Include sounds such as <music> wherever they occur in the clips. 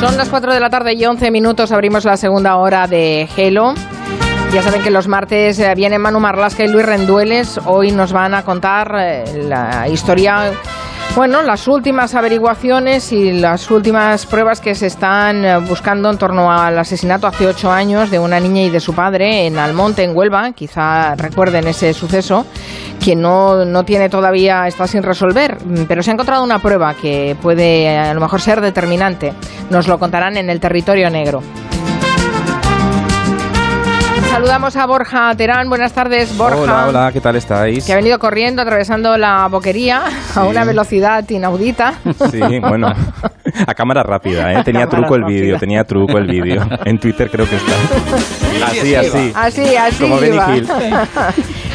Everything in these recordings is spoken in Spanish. Son las 4 de la tarde y 11 minutos. Abrimos la segunda hora de Gelo. Ya saben que los martes eh, vienen Manu Marlasca y Luis Rendueles. Hoy nos van a contar eh, la historia, bueno, las últimas averiguaciones y las últimas pruebas que se están eh, buscando en torno al asesinato hace ocho años de una niña y de su padre en Almonte, en Huelva. Quizá recuerden ese suceso que no, no tiene todavía, está sin resolver, pero se ha encontrado una prueba que puede eh, a lo mejor ser determinante. Nos lo contarán en el territorio negro. Saludamos a Borja Terán. Buenas tardes, Borja. Hola, hola, ¿qué tal estáis? Que ha venido corriendo, atravesando la boquería a una velocidad <laughs> inaudita. Sí, bueno, a cámara rápida, ¿eh? Tenía cámara truco el rápida. vídeo, tenía truco el vídeo. En Twitter creo que está. Así, así. Así, así Como Benny iba. Hill. <laughs>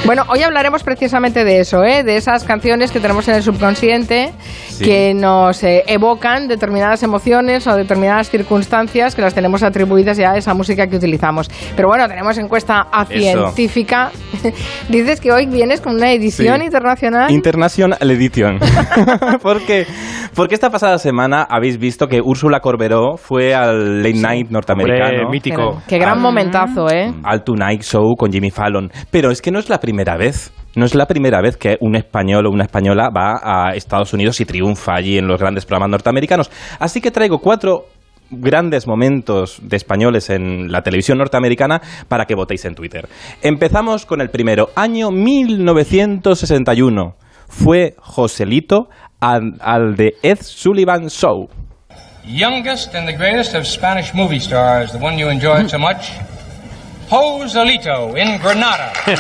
Bueno, hoy hablaremos precisamente de eso, ¿eh? de esas canciones que tenemos en el subconsciente Sí. que nos eh, evocan determinadas emociones o determinadas circunstancias que las tenemos atribuidas ya a esa música que utilizamos. Pero bueno, tenemos encuesta a Eso. científica. <laughs> Dices que hoy vienes con una edición Sí. internacional. International Edition. <laughs> ¿Por qué? Porque esta pasada semana habéis visto que Úrsula Corberó fue al late night norteamericano. Hombre, mítico. Qué Ah. gran momentazo, ¿eh? <laughs> al Tonight Show con Jimmy Fallon. Pero es que no es la primera vez. No es la primera vez que un español o una española va a Estados Unidos y triunfa allí en los grandes programas norteamericanos. Así que traigo cuatro grandes momentos de españoles en la televisión norteamericana para que votéis en Twitter. Empezamos con el primero. Año 1961 fue Joselito al, al de Ed Sullivan Show. youngest and the greatest of Spanish movie stars, the one you enjoyed so much, Joselito in Granada. Pues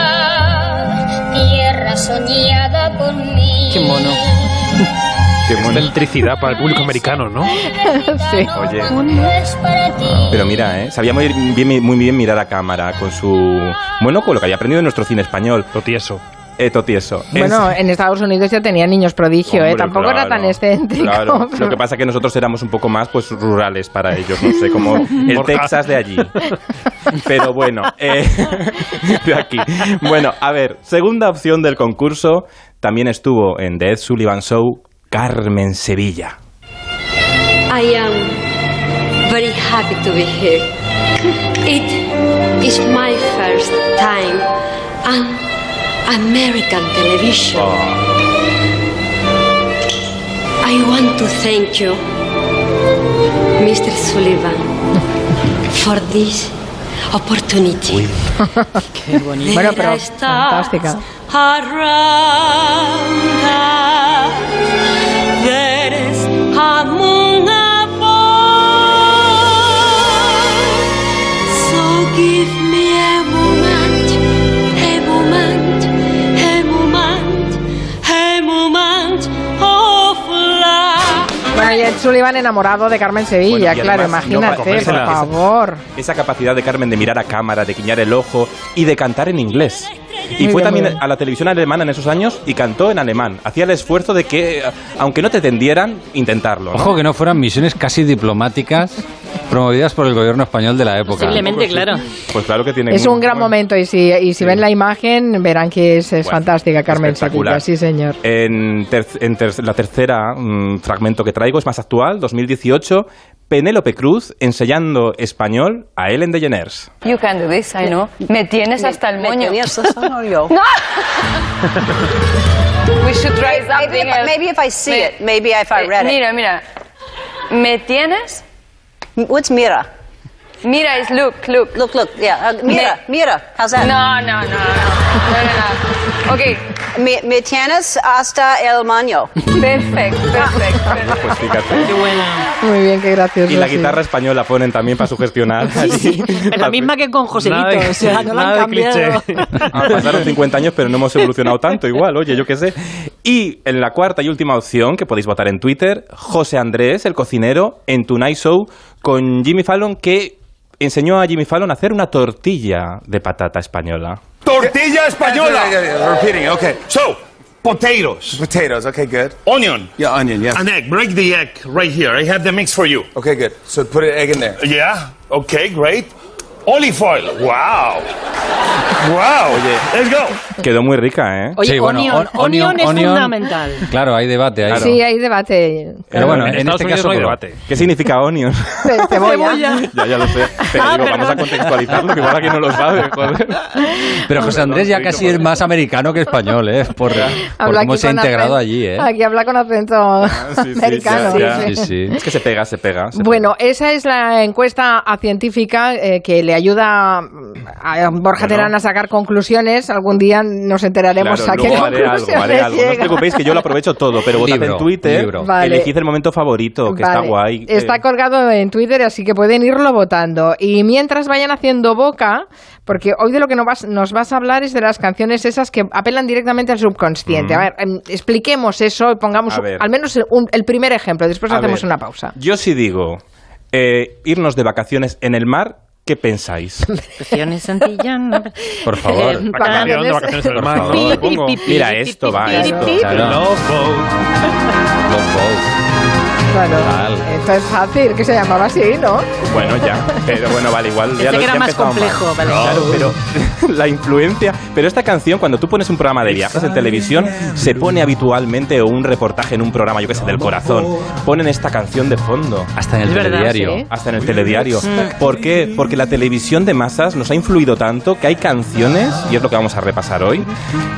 Granada, tierra soñada por mí. Qué mono. Este Es de electricidad para el público americano, ¿no? Sí. Oye. Es para ti. Pero mira, ¿eh? sabía muy bien, muy bien mirar a cámara con su... Bueno, con lo que había aprendido en nuestro cine español. Lo tieso. Eh, totieso. Bueno, en Estados Unidos ya tenía niños prodigio, ¿eh? Hombre, Tampoco era claro, tan excéntrico. <laughs> Claro, lo que pasa es que nosotros éramos un poco más pues rurales para ellos, no sé, <laughs> como el Borja. Texas de allí. Pero bueno, eh, <laughs> de aquí. Bueno, a ver, segunda opción del concurso también estuvo en The Ed Sullivan Show Carmen Sevilla. I am very happy to be here. <laughs> It is my first time on American television. I want to thank you, Mr. Sullivan, for this opportunity. Qué bonito. Bueno, pero There are stars fantástica. around us. There is a moon above. So give me a moment, a moment, a moment, a moment of love. Bueno, y Ed Sullivan enamorado de Carmen Sevilla, Bueno, y claro, además, no, imagínate, por convéncela. favor. Esa capacidad de Carmen de mirar a cámara, de guiñar el ojo y de cantar en inglés. Y Muy fue bien, también muy bien. a la televisión alemana en esos años y cantó en alemán. Hacía el esfuerzo de que, aunque no te entendieran, intentarlo. ¿no? Ojo que no fueran misiones casi diplomáticas promovidas por el gobierno español de la época. Posiblemente, claro. Pues claro que tiene Es un gran bueno, momento y si, y si Sí. ven la imagen verán que es, es Bueno, fantástica Carmen Sevilla, espectacular. sí señor. En, ter- en ter- la tercera mm, fragmento que traigo es más actual, 2018. Penélope Cruz enseñando español a Ellen DeGeneres. You can do this, I know. Me tienes hasta el moño. <laughs> We should try something else. Maybe if I see Me- it, maybe if I Eh, read it. Mira, mira. Me tienes. What's Mira? Mira is look, look. Look, look, yeah. Uh, Mira, Mira. How's that? No, no, no, no. No, no, no. Okay. Me, me tienes hasta el maño. Perfect, perfect. perfect. <laughs> Pues fíjate. Muy bien, qué gracioso. Y la sí. guitarra española ponen también para sugestionar. <laughs> allí. Es la misma que con Joselito, Nada de- o sea, no la han nada de cambiado. <laughs> cliché. <laughs> Ah, pasaron 50 años, pero no hemos evolucionado tanto igual, oye, yo qué sé. Y en la cuarta y última opción, que podéis votar en Twitter, José Andrés, el cocinero, en Tonight Show, con Jimmy Fallon, que enseñó a Jimmy Fallon a hacer una tortilla de patata española. Tortilla española. Yeah, yeah, yeah, yeah. Repeating, okay. So, potatoes, Potatoes, okay, good. onion, Yeah, onion, yeah. an egg. Break the egg right here. I have the mix for you. Okay, good. So put an egg in there. Yeah. Okay, great. Olive oil. Wow. Wow. Let's go. Quedó muy rica, ¿eh? Oye, onion, on- onion es onion. fundamental. Claro, hay debate. Hay Sí, hay debate. Pero bueno, En en, Estados este Unidos caso no hay creo. debate. ¿Qué significa onion? Ce- <laughs> Cebolla. <laughs> ya, ya lo sé. Pero Ah, digo, vamos a perdón. contextualizarlo, que igual aquí no lo sabe, joder. Pero José Andrés ya casi es más americano que español, ¿eh? Por, por Habla cómo aquí se ha con Ah, integrado acento- allí, ¿eh? Aquí habla con acento Ah, <laughs> americano. ya, sí, ya. sí. Es que se pega, se pega. se Bueno, esa es la encuesta a científica eh, que le ayuda a a Borja Bueno. Terán a sacar conclusiones. Algún día nos enteraremos Claro, a qué luego haré algo, conclusiones haré algo. No os llega. preocupéis que yo lo aprovecho todo, pero votad Libro, en Twitter, libro. Vale. elegid el momento favorito, que está Vale. guay. Está Eh, colgado en Twitter, así que pueden irlo votando. Y mientras vayan haciendo boca, porque hoy de lo que no vas- nos vas a hablar es de las canciones esas que apelan directamente al subconsciente. A ver, em, expliquemos eso y pongamos A ver. al menos un- el primer ejemplo. Después a hacemos ver, una pausa. Yo sí digo, eh, irnos de vacaciones en el mar, <laughs> ¿qué pensáis? Vacaciones Santillán. Por favor. Eh, Vacaciones de vacaciones en el mar, Por ¿no? favor. Supongo. Mira esto, va, esto. Claro. Love boat. Long boat. Claro. Vale. Esto es fácil, que se llamaba así, ¿no? Bueno, ya, pero bueno, vale, igual Pensé ya lo que ya era he más empezado mal. complejo. vale. Claro, pero <laughs> la influencia. Pero esta canción, cuando tú pones un programa de viajes en televisión, se pone habitualmente o un reportaje en un programa, yo que sé, del corazón. Ponen esta canción de fondo. Hasta en el Es verdad, telediario. sí. Hasta en el telediario. ¿Por qué? Porque la televisión de masas nos ha influido tanto que hay canciones, y es lo que vamos a repasar hoy,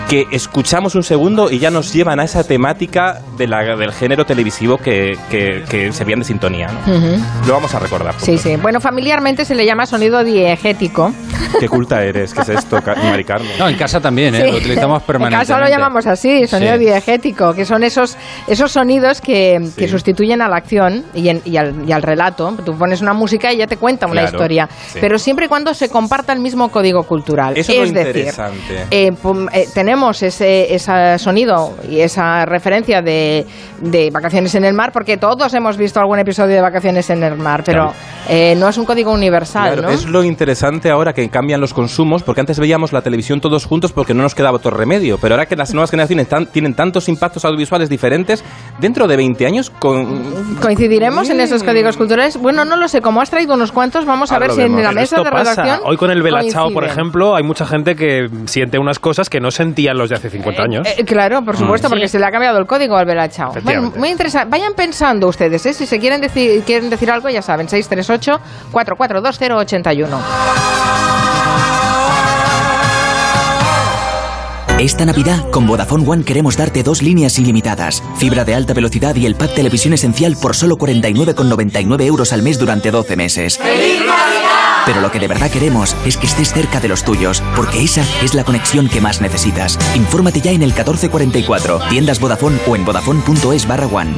que escuchamos un segundo y ya nos llevan a esa temática de la- del género televisivo que, que, que servían de sintonía. ¿no? Lo vamos a recordar. Sí, sí. Bueno, familiarmente se le llama sonido diegético. Qué culta eres, ¿qué es esto, Ca- Mari Carmen? No, en casa también, ¿eh? Sí. Lo utilizamos En permanentemente. casa lo llamamos así, sonido Sí. diegético, que son esos, esos sonidos que, que Sí. sustituyen a la acción y, en- y al, y al relato. Tú pones una música y ya te cuenta una Claro, historia, sí. pero siempre y cuando se comparta el mismo código cultural. Eso es lo es decir, interesante. eh, pum, eh, tenemos ese, ese sonido y esa referencia de, de Vacaciones en el Mar, porque todos hemos visto algún episodio de Vacaciones en el Mar, pero Claro. eh, no es un código universal, Claro, ¿no? es lo interesante ahora que cambian los consumos, porque antes veíamos la televisión todos juntos porque no nos quedaba otro remedio, pero ahora que las nuevas generaciones tan- tienen tantos impactos audiovisuales diferentes, dentro de 20 años con... ¿Coincidiremos en esos códigos culturales? Bueno, no lo sé. Como has traído unos cuantos, vamos a Ahora ver lo si en vemos. la Pero mesa Esto de pasa. redacción. Hoy con el Belachao, por coinciden. ejemplo, hay mucha gente que siente unas cosas que no sentían los de hace 50 años. Eh, claro, por supuesto, porque se le ha cambiado el código al Belachao. Bueno, Mm. Efectivamente. muy interesante. Vayan pensando ustedes, ¿eh? si se quieren decir, quieren decir algo, ya saben, 638-442081. Esta Navidad, con Vodafone One queremos darte dos líneas ilimitadas, fibra de alta velocidad y el pack televisión esencial por solo 49,99 euros al mes durante 12 meses. Pero lo que de verdad queremos es que estés cerca de los tuyos, porque esa es la conexión que más necesitas. Infórmate ya en el 1444, tiendas Vodafone o en vodafone.es barra one.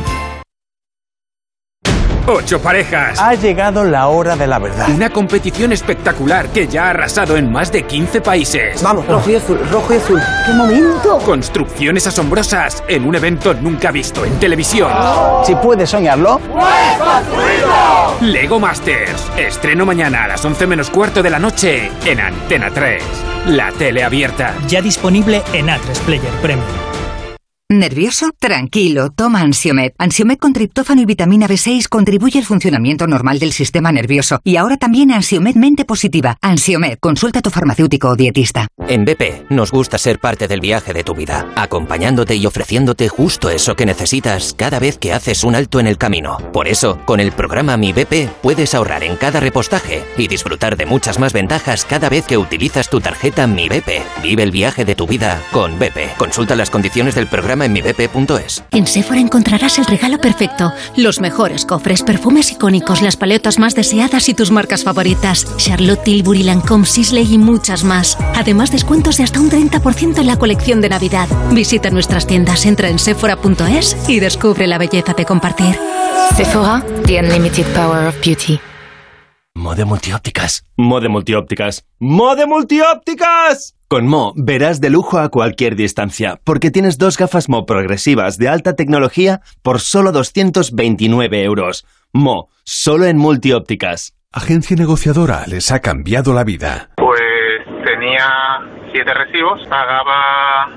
Ocho parejas. Ha llegado la hora de la verdad. Una competición espectacular que ya ha arrasado en más de 15 países. Vamos, rojo y azul, rojo y azul. ¡Qué momento! Construcciones asombrosas en un evento nunca visto en televisión. Si puedes soñarlo, Lego Masters. Estreno mañana a las 11 menos cuarto de la noche en Antena 3. La tele abierta. Ya disponible en A3 Player Premium. ¿Nervioso? Tranquilo, toma Ansiomed. Ansiomed con triptófano y vitamina B6 contribuye al funcionamiento normal del sistema nervioso. Y ahora también Ansiomed mente positiva. Ansiomed, consulta a tu farmacéutico o dietista. En BP nos gusta ser parte del viaje de tu vida, acompañándote y ofreciéndote justo eso que necesitas cada vez que haces un alto en el camino. Por eso, con el programa Mi BP puedes ahorrar en cada repostaje y disfrutar de muchas más ventajas cada vez que utilizas tu tarjeta Mi BP. Vive el viaje de tu vida con BP. Consulta las condiciones del programa en mibp.es. En Sephora encontrarás el regalo perfecto, los mejores cofres, perfumes icónicos, las paletas más deseadas y tus marcas favoritas, Charlotte Tilbury, Lancôme, Sisley y muchas más. Además, descuentos de hasta un 30% en la colección de Navidad. Visita nuestras tiendas, entra en sephora.es y descubre la belleza de compartir. Sephora, the unlimited power of beauty. Mode multiópticas. Mode multiópticas. ¡Mode multiópticas! Con Mo verás de lujo a cualquier distancia, porque tienes dos gafas Mo progresivas de alta tecnología por solo 229 euros. Mo, solo en multiópticas. Agencia negociadora les ha cambiado la vida. Pues tenía siete recibos, pagaba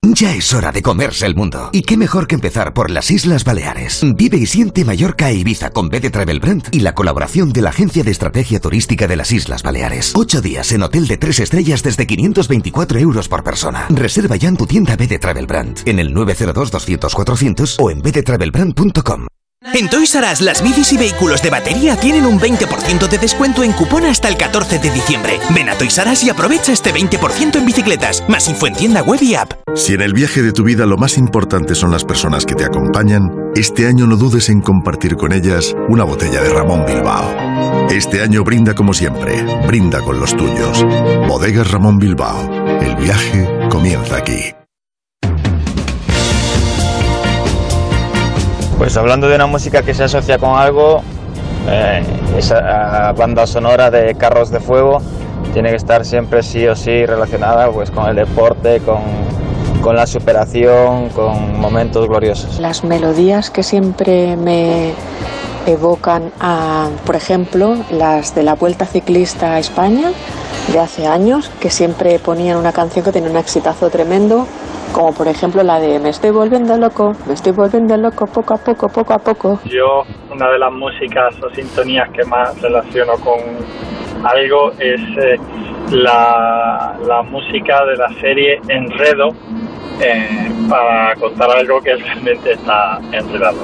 Ya es hora de comerse el mundo. Y qué mejor que empezar por las Islas Baleares. Vive y siente Mallorca e Ibiza con BD Travel Brand y la colaboración de la Agencia de Estrategia Turística de las Islas Baleares. Ocho días en hotel de tres estrellas desde 524 euros por persona. Reserva ya en tu tienda BD Travel Brand en el 902-200-400 o en bdtravelbrand.com. En Toys R Us, las bicis y vehículos de batería tienen un 20% de descuento en cupón hasta el 14 de diciembre. Ven a Toys R Us y aprovecha este 20% en bicicletas. Más info en tienda web y app. Si en el viaje de tu vida lo más importante son las personas que te acompañan, este año no dudes en compartir con ellas una botella de Ramón Bilbao. Este año brinda como siempre, brinda con los tuyos. Bodegas Ramón Bilbao. El viaje comienza aquí. Pues hablando de una música que se asocia con algo, eh, esa ah, banda sonora de Carros de Fuego tiene que estar siempre sí o sí relacionada pues, con el deporte, con, con la superación, con momentos gloriosos. Las melodías que siempre me evocan a, por ejemplo, las de la Vuelta Ciclista a España de hace años, que siempre ponían una canción que tenía un exitazo tremendo, como por ejemplo la de Me estoy volviendo loco, me estoy volviendo loco poco a poco, poco a poco. Yo, una de las músicas o sintonías que más relaciono con algo es eh, la, la música de la serie Enredo eh, para contar algo que realmente está enredado.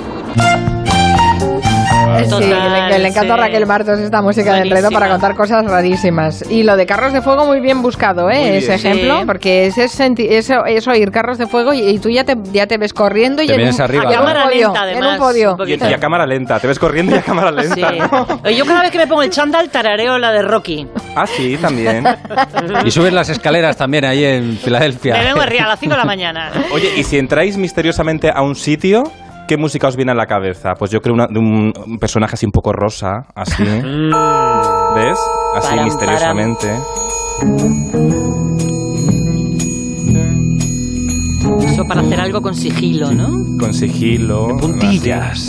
Sí, le, le encanta a Raquel Martos esta música de enredo para contar cosas rarísimas. Y lo de carros de fuego, muy bien buscado, ¿eh? Muy ese bien. ejemplo, Sí. porque ese es, senti- eso, es oír carros de fuego y, y tú ya te, ya te ves corriendo y Te en vienes un, arriba, en un ¿no? podio, Cámara lenta, en un además, podio. un Y, y a cámara lenta, te ves corriendo y a cámara lenta. ¿no? Sí. Yo cada vez que me pongo el chándal tarareo la de Rocky. Ah, sí, también. Y subes las escaleras también ahí en Filadelfia. Me vengo arriba a las 5 de la mañana. Oye, y si entráis misteriosamente a un sitio, ¿qué música os viene a la cabeza? Pues yo creo una- de un, un personaje así un poco rosa, <laughs> así. ¿Ves? Así Mm. Param, misteriosamente. Eso para hacer algo con sigilo, ¿no? Con sigilo. Puntillas.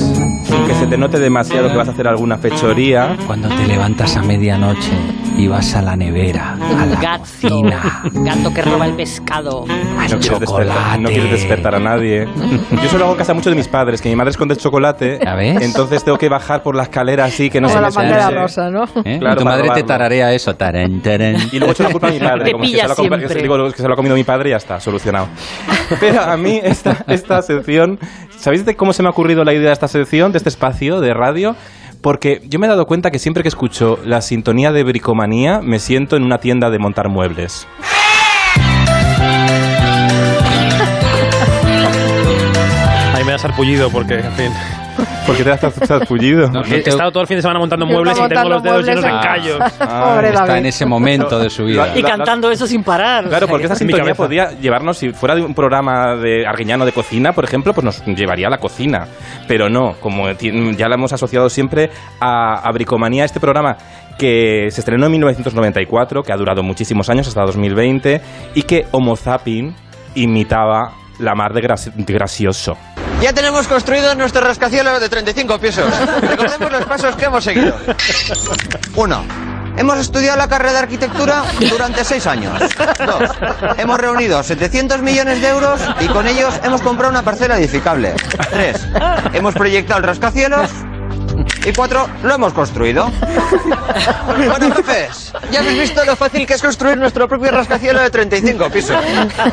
Sin que se te note demasiado que vas a hacer alguna fechoría. Cuando te levantas a medianoche y vas a la nevera. A la Gato. cocina. Gato que roba el pescado. No quieres, despertar, no quieres despertar a nadie. Yo solo hago en casa mucho de mis padres, que mi madre esconde el chocolate. ves? Entonces tengo que bajar por la escalera así, que no Como se la me bandera escape. rosa, ¿no? Claro, ¿Eh? Y tu para madre te robarlo. tararea eso. Tarán, tarán. Y luego echo la culpa a mi padre. Te Como que pilla se, lo ha compa- que se- siempre. digo, que se lo ha comido mi padre y ya está, solucionado. Pero a mí esta, esta sección... ¿Sabéis de cómo se me ha ocurrido la idea de esta sección, de este espacio de radio? Porque yo me he dado cuenta que siempre que escucho la sintonía de Bricomanía me siento en una tienda de montar muebles. A mí me da sarpullido porque, en fin. Porque te has sarpullido. he estado todo el fin de semana montando muebles y tengo los dedos llenos de Ah. callos. está en ese momento de su vida. Y cantando eso sin parar. Claro, porque esta esas sintonía podía llevarnos, si fuera de un programa de Arguiñano de cocina, por ejemplo, pues nos llevaría a la cocina. Pero no, como ti- ya la hemos asociado siempre a, a Bricomanía, este programa que se estrenó en 1994, que ha durado muchísimos años, hasta 2020, y que Homo Zapping imitaba la mar de, gras- de gracioso. Ya tenemos construido nuestro rascacielos de 35 pisos. Recordemos los pasos que hemos seguido. 1. Hemos estudiado la carrera de arquitectura durante 6 años. 2. Hemos reunido 700 millones de euros y con ellos hemos comprado una parcela edificable. 3. Hemos proyectado el rascacielos. Y 4. Lo hemos construido. Bueno, jefes, ya habéis visto lo fácil que es construir nuestro propio rascacielos de 35 pisos.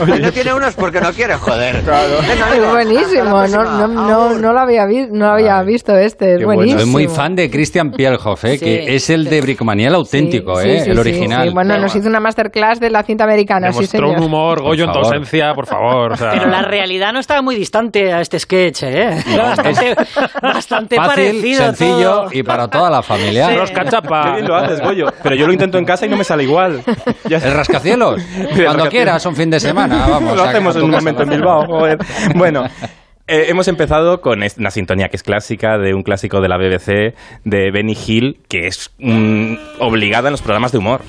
Y no tiene unos porque no quiere, joder. Venga, <laughs> Es buenísimo, no, no, no, no lo había, vi- no lo había visto este, es Qué bueno. buenísimo. Soy muy fan de Christian Pielhoff, eh, Sí. que es el de Bricomanía, el auténtico, Sí, eh, sí, el sí, original. sí. Bueno, nos hizo una masterclass de la cinta americana, sí Demostró señor. un humor, Goyo en tu Por favor. ausencia, por favor. o sea. <laughs> Pero la realidad no estaba muy distante a este sketch, ¿eh? Era No, bastante bastante Fácil, parecido sencillo y para toda <laughs> la familia. Sí. Rascachapa. Qué bien lo haces, Goyo. Pero yo lo intento en casa y no me sale <laughs> igual. El <laughs> rascacielos. Cuando quieras, un fin de semana. Vamos, lo a- hacemos a en tu un casa, momento en ¿no? Bilbao. <laughs> joder. Bueno. eh, hemos empezado con es- una sintonía que es clásica, de un clásico de la BBC, de Benny Hill, que es mm, obligada en los programas de humor.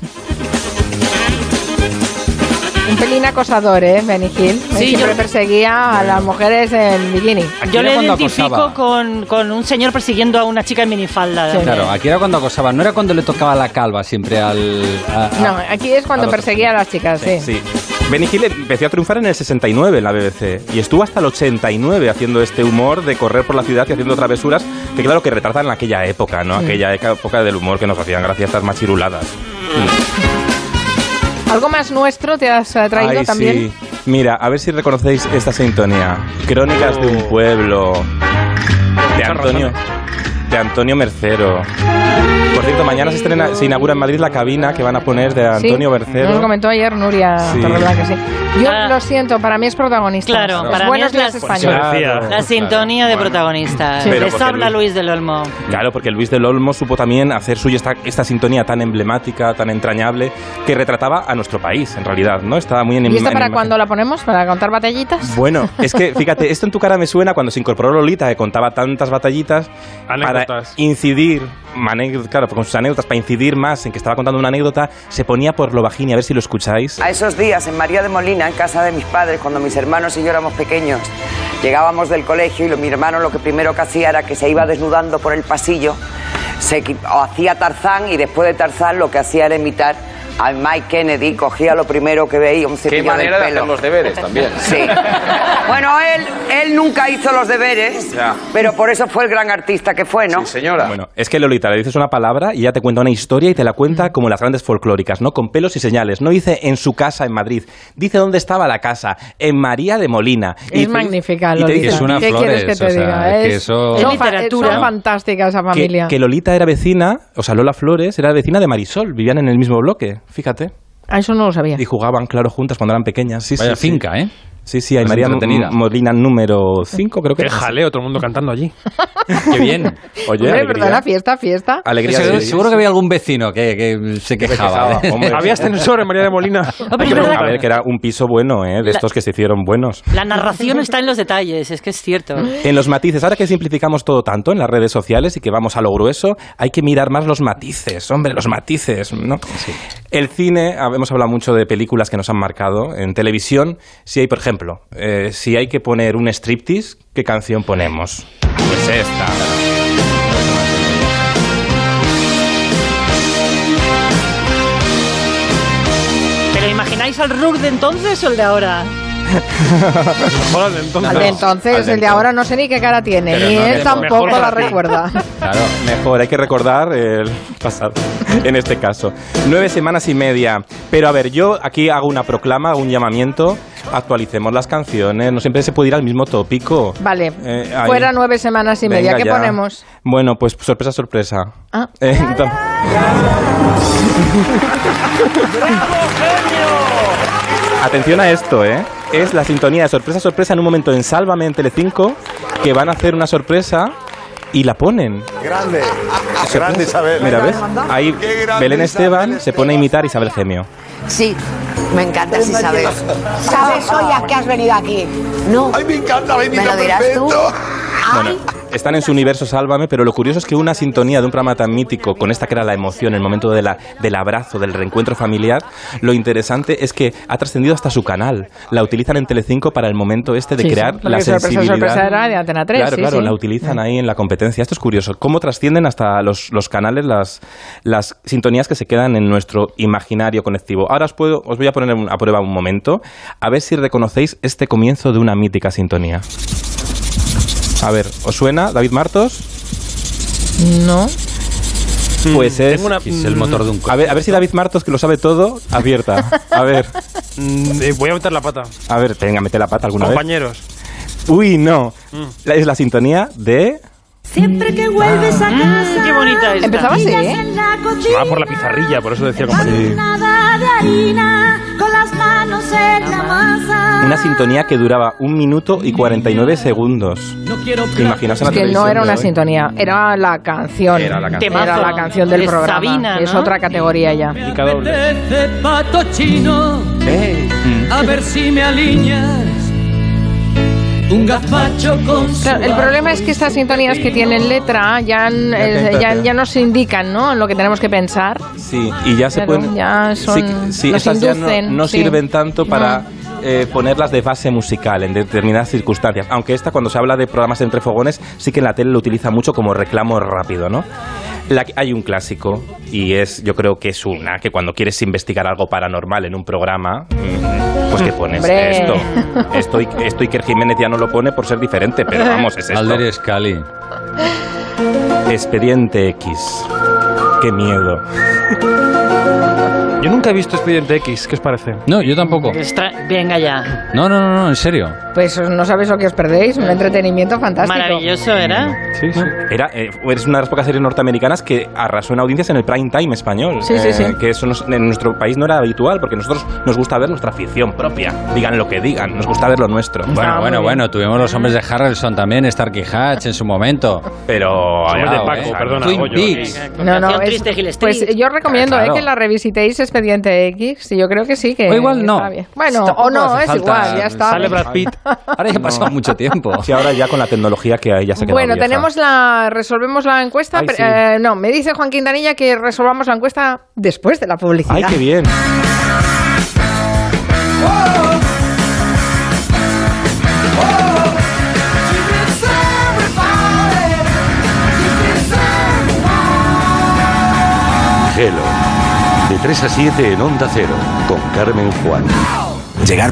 Un pelín acosador, ¿eh? Benny Hill. Sí, Siempre yo- perseguía a las mujeres en bikini. Yo le identifico con, con un señor persiguiendo a una chica en minifalda. Claro, aquí era cuando acosaba, no era cuando le tocaba la calva siempre al. a- a- No, aquí es al cuando otro. perseguía a las chicas, sí. Sí. Benny Hill empezó a triunfar en el 69 en la BBC y estuvo hasta el 89 haciendo este humor de correr por la ciudad y haciendo travesuras que claro que retratan aquella época, ¿no? Mm. Aquella eca- época del humor que nos hacían gracias estas machiruladas. ¿Algo más nuestro te has eh, traído Ay, también? sí. Mira, a ver si reconocéis esta sintonía. Crónicas de Oh. un pueblo. De Antonio. ¿eh? De Antonio Mercero. Por cierto, mañana se estrena, se inaugura en Madrid la cabina que van a poner de Sí, Antonio Nos lo Mercero. comentó ayer Nuria Sí. Torreblanca, sí. Yo lo siento, para mí es protagonista. Ah. Claro, Los para mí buenos es la, días españoles. Pues la sintonía de protagonistas. Sí. Pero Les porque habla Luis- Luis del Olmo. Claro, porque Luis del Olmo supo también hacer suya esta, esta sintonía tan emblemática, tan entrañable, que retrataba a nuestro país, en realidad, ¿no? Estaba muy en ¿Y esta en para imagen. cuándo la ponemos? ¿Para contar batallitas? Bueno, es que fíjate, esto en tu cara me suena cuando se incorporó Lolita, que contaba tantas batallitas para Anécdotas. incidir, mane- claro, con sus anécdotas, para incidir más en que estaba contando una anécdota, se ponía por lo bajín y a ver si lo escucháis. A esos días en María de Molina, en casa de mis padres, cuando mis hermanos y yo éramos pequeños, llegábamos del colegio y lo- mi hermano lo que primero que hacía era que se iba desnudando por el pasillo, se qui- o hacía Tarzán y después de Tarzán lo que hacía era imitar a Mike Kennedy, cogía lo primero que veía un cepillo manera de del pelo. hacer los deberes también. <laughs> Sí. Bueno, él, él nunca hizo los deberes, Ya. pero por eso fue el gran artista que fue, ¿no? señora. Bueno, es que Lolita le dices una palabra y ya te cuenta una historia y te la cuenta como las grandes folclóricas, ¿no? Con pelos y señales. No dice en su casa en Madrid, dice dónde estaba la casa, en María de Molina. Y Es te- magnífica, y te Lolita. dice- ¿Qué quieres que te diga? es que Es- eso- son Es fa- literatura. son fantástica esa que- familia. que Lolita era vecina, o sea, Lola Flores era vecina de Marisol, vivían en el mismo bloque, fíjate. Ah, eso no lo sabía. Y jugaban, claro, juntas cuando eran pequeñas. Sí, Vaya sí, sí. finca, ¿eh? Sí, sí, hay Más María entretenida. M- Molina número 5, creo que. Qué jaleo, todo el mundo cantando allí. Qué bien. <laughs> Oye, Hombre, alegría. perdona, fiesta, fiesta. Alegría seguro, de- seguro que había algún vecino que, que se quejaba. ¿eh? quejaba, hombre. Había ascensor en María de Molina. pero es A verdad- ver, que era un piso bueno, ¿eh? De La- estos que se hicieron buenos. La narración está en los detalles, es que es cierto. En los matices, ahora que simplificamos todo tanto en las redes sociales y que vamos a lo grueso, hay que mirar más los matices, hombre, los matices, ¿no? El cine, hab- hemos hablado mucho de películas que nos han marcado. En televisión, si hay, por ejemplo, eh, si hay que poner un striptease, ¿qué canción ponemos? Pues esta. ¿Pero imagináis al Rook de entonces o el de ahora? Joder, entonces. Al de entonces, el de ahora no sé ni qué cara tiene, Pero ni no, él mejor tampoco para la ti. recuerda. Claro, mejor, hay que recordar el pasado, <laughs> en este caso. Nueve semanas y media. Pero a ver, yo aquí hago una proclama, hago un llamamiento, actualicemos las canciones, no siempre se puede ir al mismo tópico. Vale, Eh, ahí. fuera nueve semanas y media, Venga, ¿qué ya. ponemos? Bueno, pues sorpresa, sorpresa. Ah. Eh, entonces- <laughs> Atención a esto, ¿eh? Es la sintonía de sorpresa, sorpresa en un momento en Sálvame en Telecinco que van a hacer una sorpresa y la ponen. Grande, grande Isabel. Mira, ¿ves? Ahí Belén Esteban se pone a imitar a Isabel Gemio. Sí, me encanta si sabes. ¿Sabes hoy a qué has venido aquí? No. Ay, me encanta, me ¿Me lo dirás tú? Bueno, están en su universo Sálvame, pero lo curioso es que una sintonía de un programa tan mítico, con esta que era la emoción, el momento de la- del abrazo, del reencuentro familiar, lo interesante es que ha trascendido hasta su canal. La utilizan en Telecinco para el momento este de Sí, sí, crear porque la sorpresa, sensibilidad. sorpresa era de Antena 3. Claro, sí, claro, sí. la utilizan ahí en la competencia. Esto es curioso. ¿Cómo trascienden hasta los, los canales las, las sintonías que se quedan en nuestro imaginario conectivo? Ahora os, puedo, os voy a poner un- a prueba un momento, a ver si reconocéis este comienzo de una mítica sintonía. A ver, ¿os suena David Martos? No. Pues es, mm, tengo una- mm, Es el motor de un A ver, a ver si David Martos, que lo sabe todo, abierta. A ver, Mm, eh, voy a meter la pata. a ver, venga, mete la pata alguna vez. Compañeros. Uy, no. Mm. La- Es la sintonía de... Siempre que vuelves Ah. a casa. qué bonita esta. Empezaba así, ¿eh? En la Va cocina, por la pizarrilla, por eso decía compañeros. nada de harina, con las manos en la masa. Una sintonía que duraba un minuto y 49 segundos. Imaginaos en Es la que televisión no era de una hoy. sintonía, era la canción. Era la canción. Era la canción del De programa. Sabina, que Es ¿no? otra categoría ya. Apetece pato chino, a ver si me alineas un gazpacho con Claro, el problema es que estas sintonías que tienen letra ya, n- Ya eh, te ya, interpela. ya nos indican ¿no? en lo que tenemos que pensar. Sí, y ya se Claro, pueden. ya son- sí, sí, nos esas ya no- inducen, no, sí. sirven tanto para eh, ponerlas de base musical en determinadas circunstancias. Aunque esta, cuando se habla de programas entre fogones, sí que en la tele lo utiliza mucho como reclamo rápido, ¿no? La que- hay un clásico y es, yo creo que es una que cuando quieres investigar algo paranormal en un programa, mm, pues que pones Hombre. <laughs> esto. Esto, y- esto Iker Jiménez ya no lo pone por ser diferente, pero vamos, es esto. Alder Scali. Expediente X. Qué miedo. Yo nunca he visto Expediente X, ¿qué os parece? No, yo tampoco. Extra- Venga ya. No, no, no, no, en serio. Pues no sabéis lo que os perdéis, un entretenimiento fantástico. Maravilloso era. Sí, sí. Era, eh, es una de las pocas series norteamericanas que arrasó en audiencias en el prime time español. Sí, sí, Eh, sí. Que eso nos- en nuestro país no era habitual, porque nosotros nos gusta ver nuestra ficción propia. Digan lo que digan, nos gusta ver lo nuestro. Bueno, bueno, bueno, tuvimos los hombres de Harrelson también, Starkey Hatch en su momento. Pero. Hombres de cuidado, Paco, eh. perdona, Twin Goyo, Peaks. aquí. No, no, es- triste, Gil Street. pues yo recomiendo Claro. eh, que la revisitéis Expediente X, y yo creo que sí que O igual no. está bien. Bueno, Tampoco o no, hace es falta- igual, ya está. Sale Brad Pitt. Ahora ya ha pasado mucho tiempo. <laughs> Pues Sí, ahora ya con la tecnología que hay, ya se queda Bueno, vieja. tenemos la resolvemos la encuesta, Ay, pero, sí. eh, no, me dice Juan Quintanilla que resolvamos la encuesta después de la publicidad. ¡Ay, qué bien! Hello. De 3 a 7 en Onda Cero, con Carmen Juan. Llegar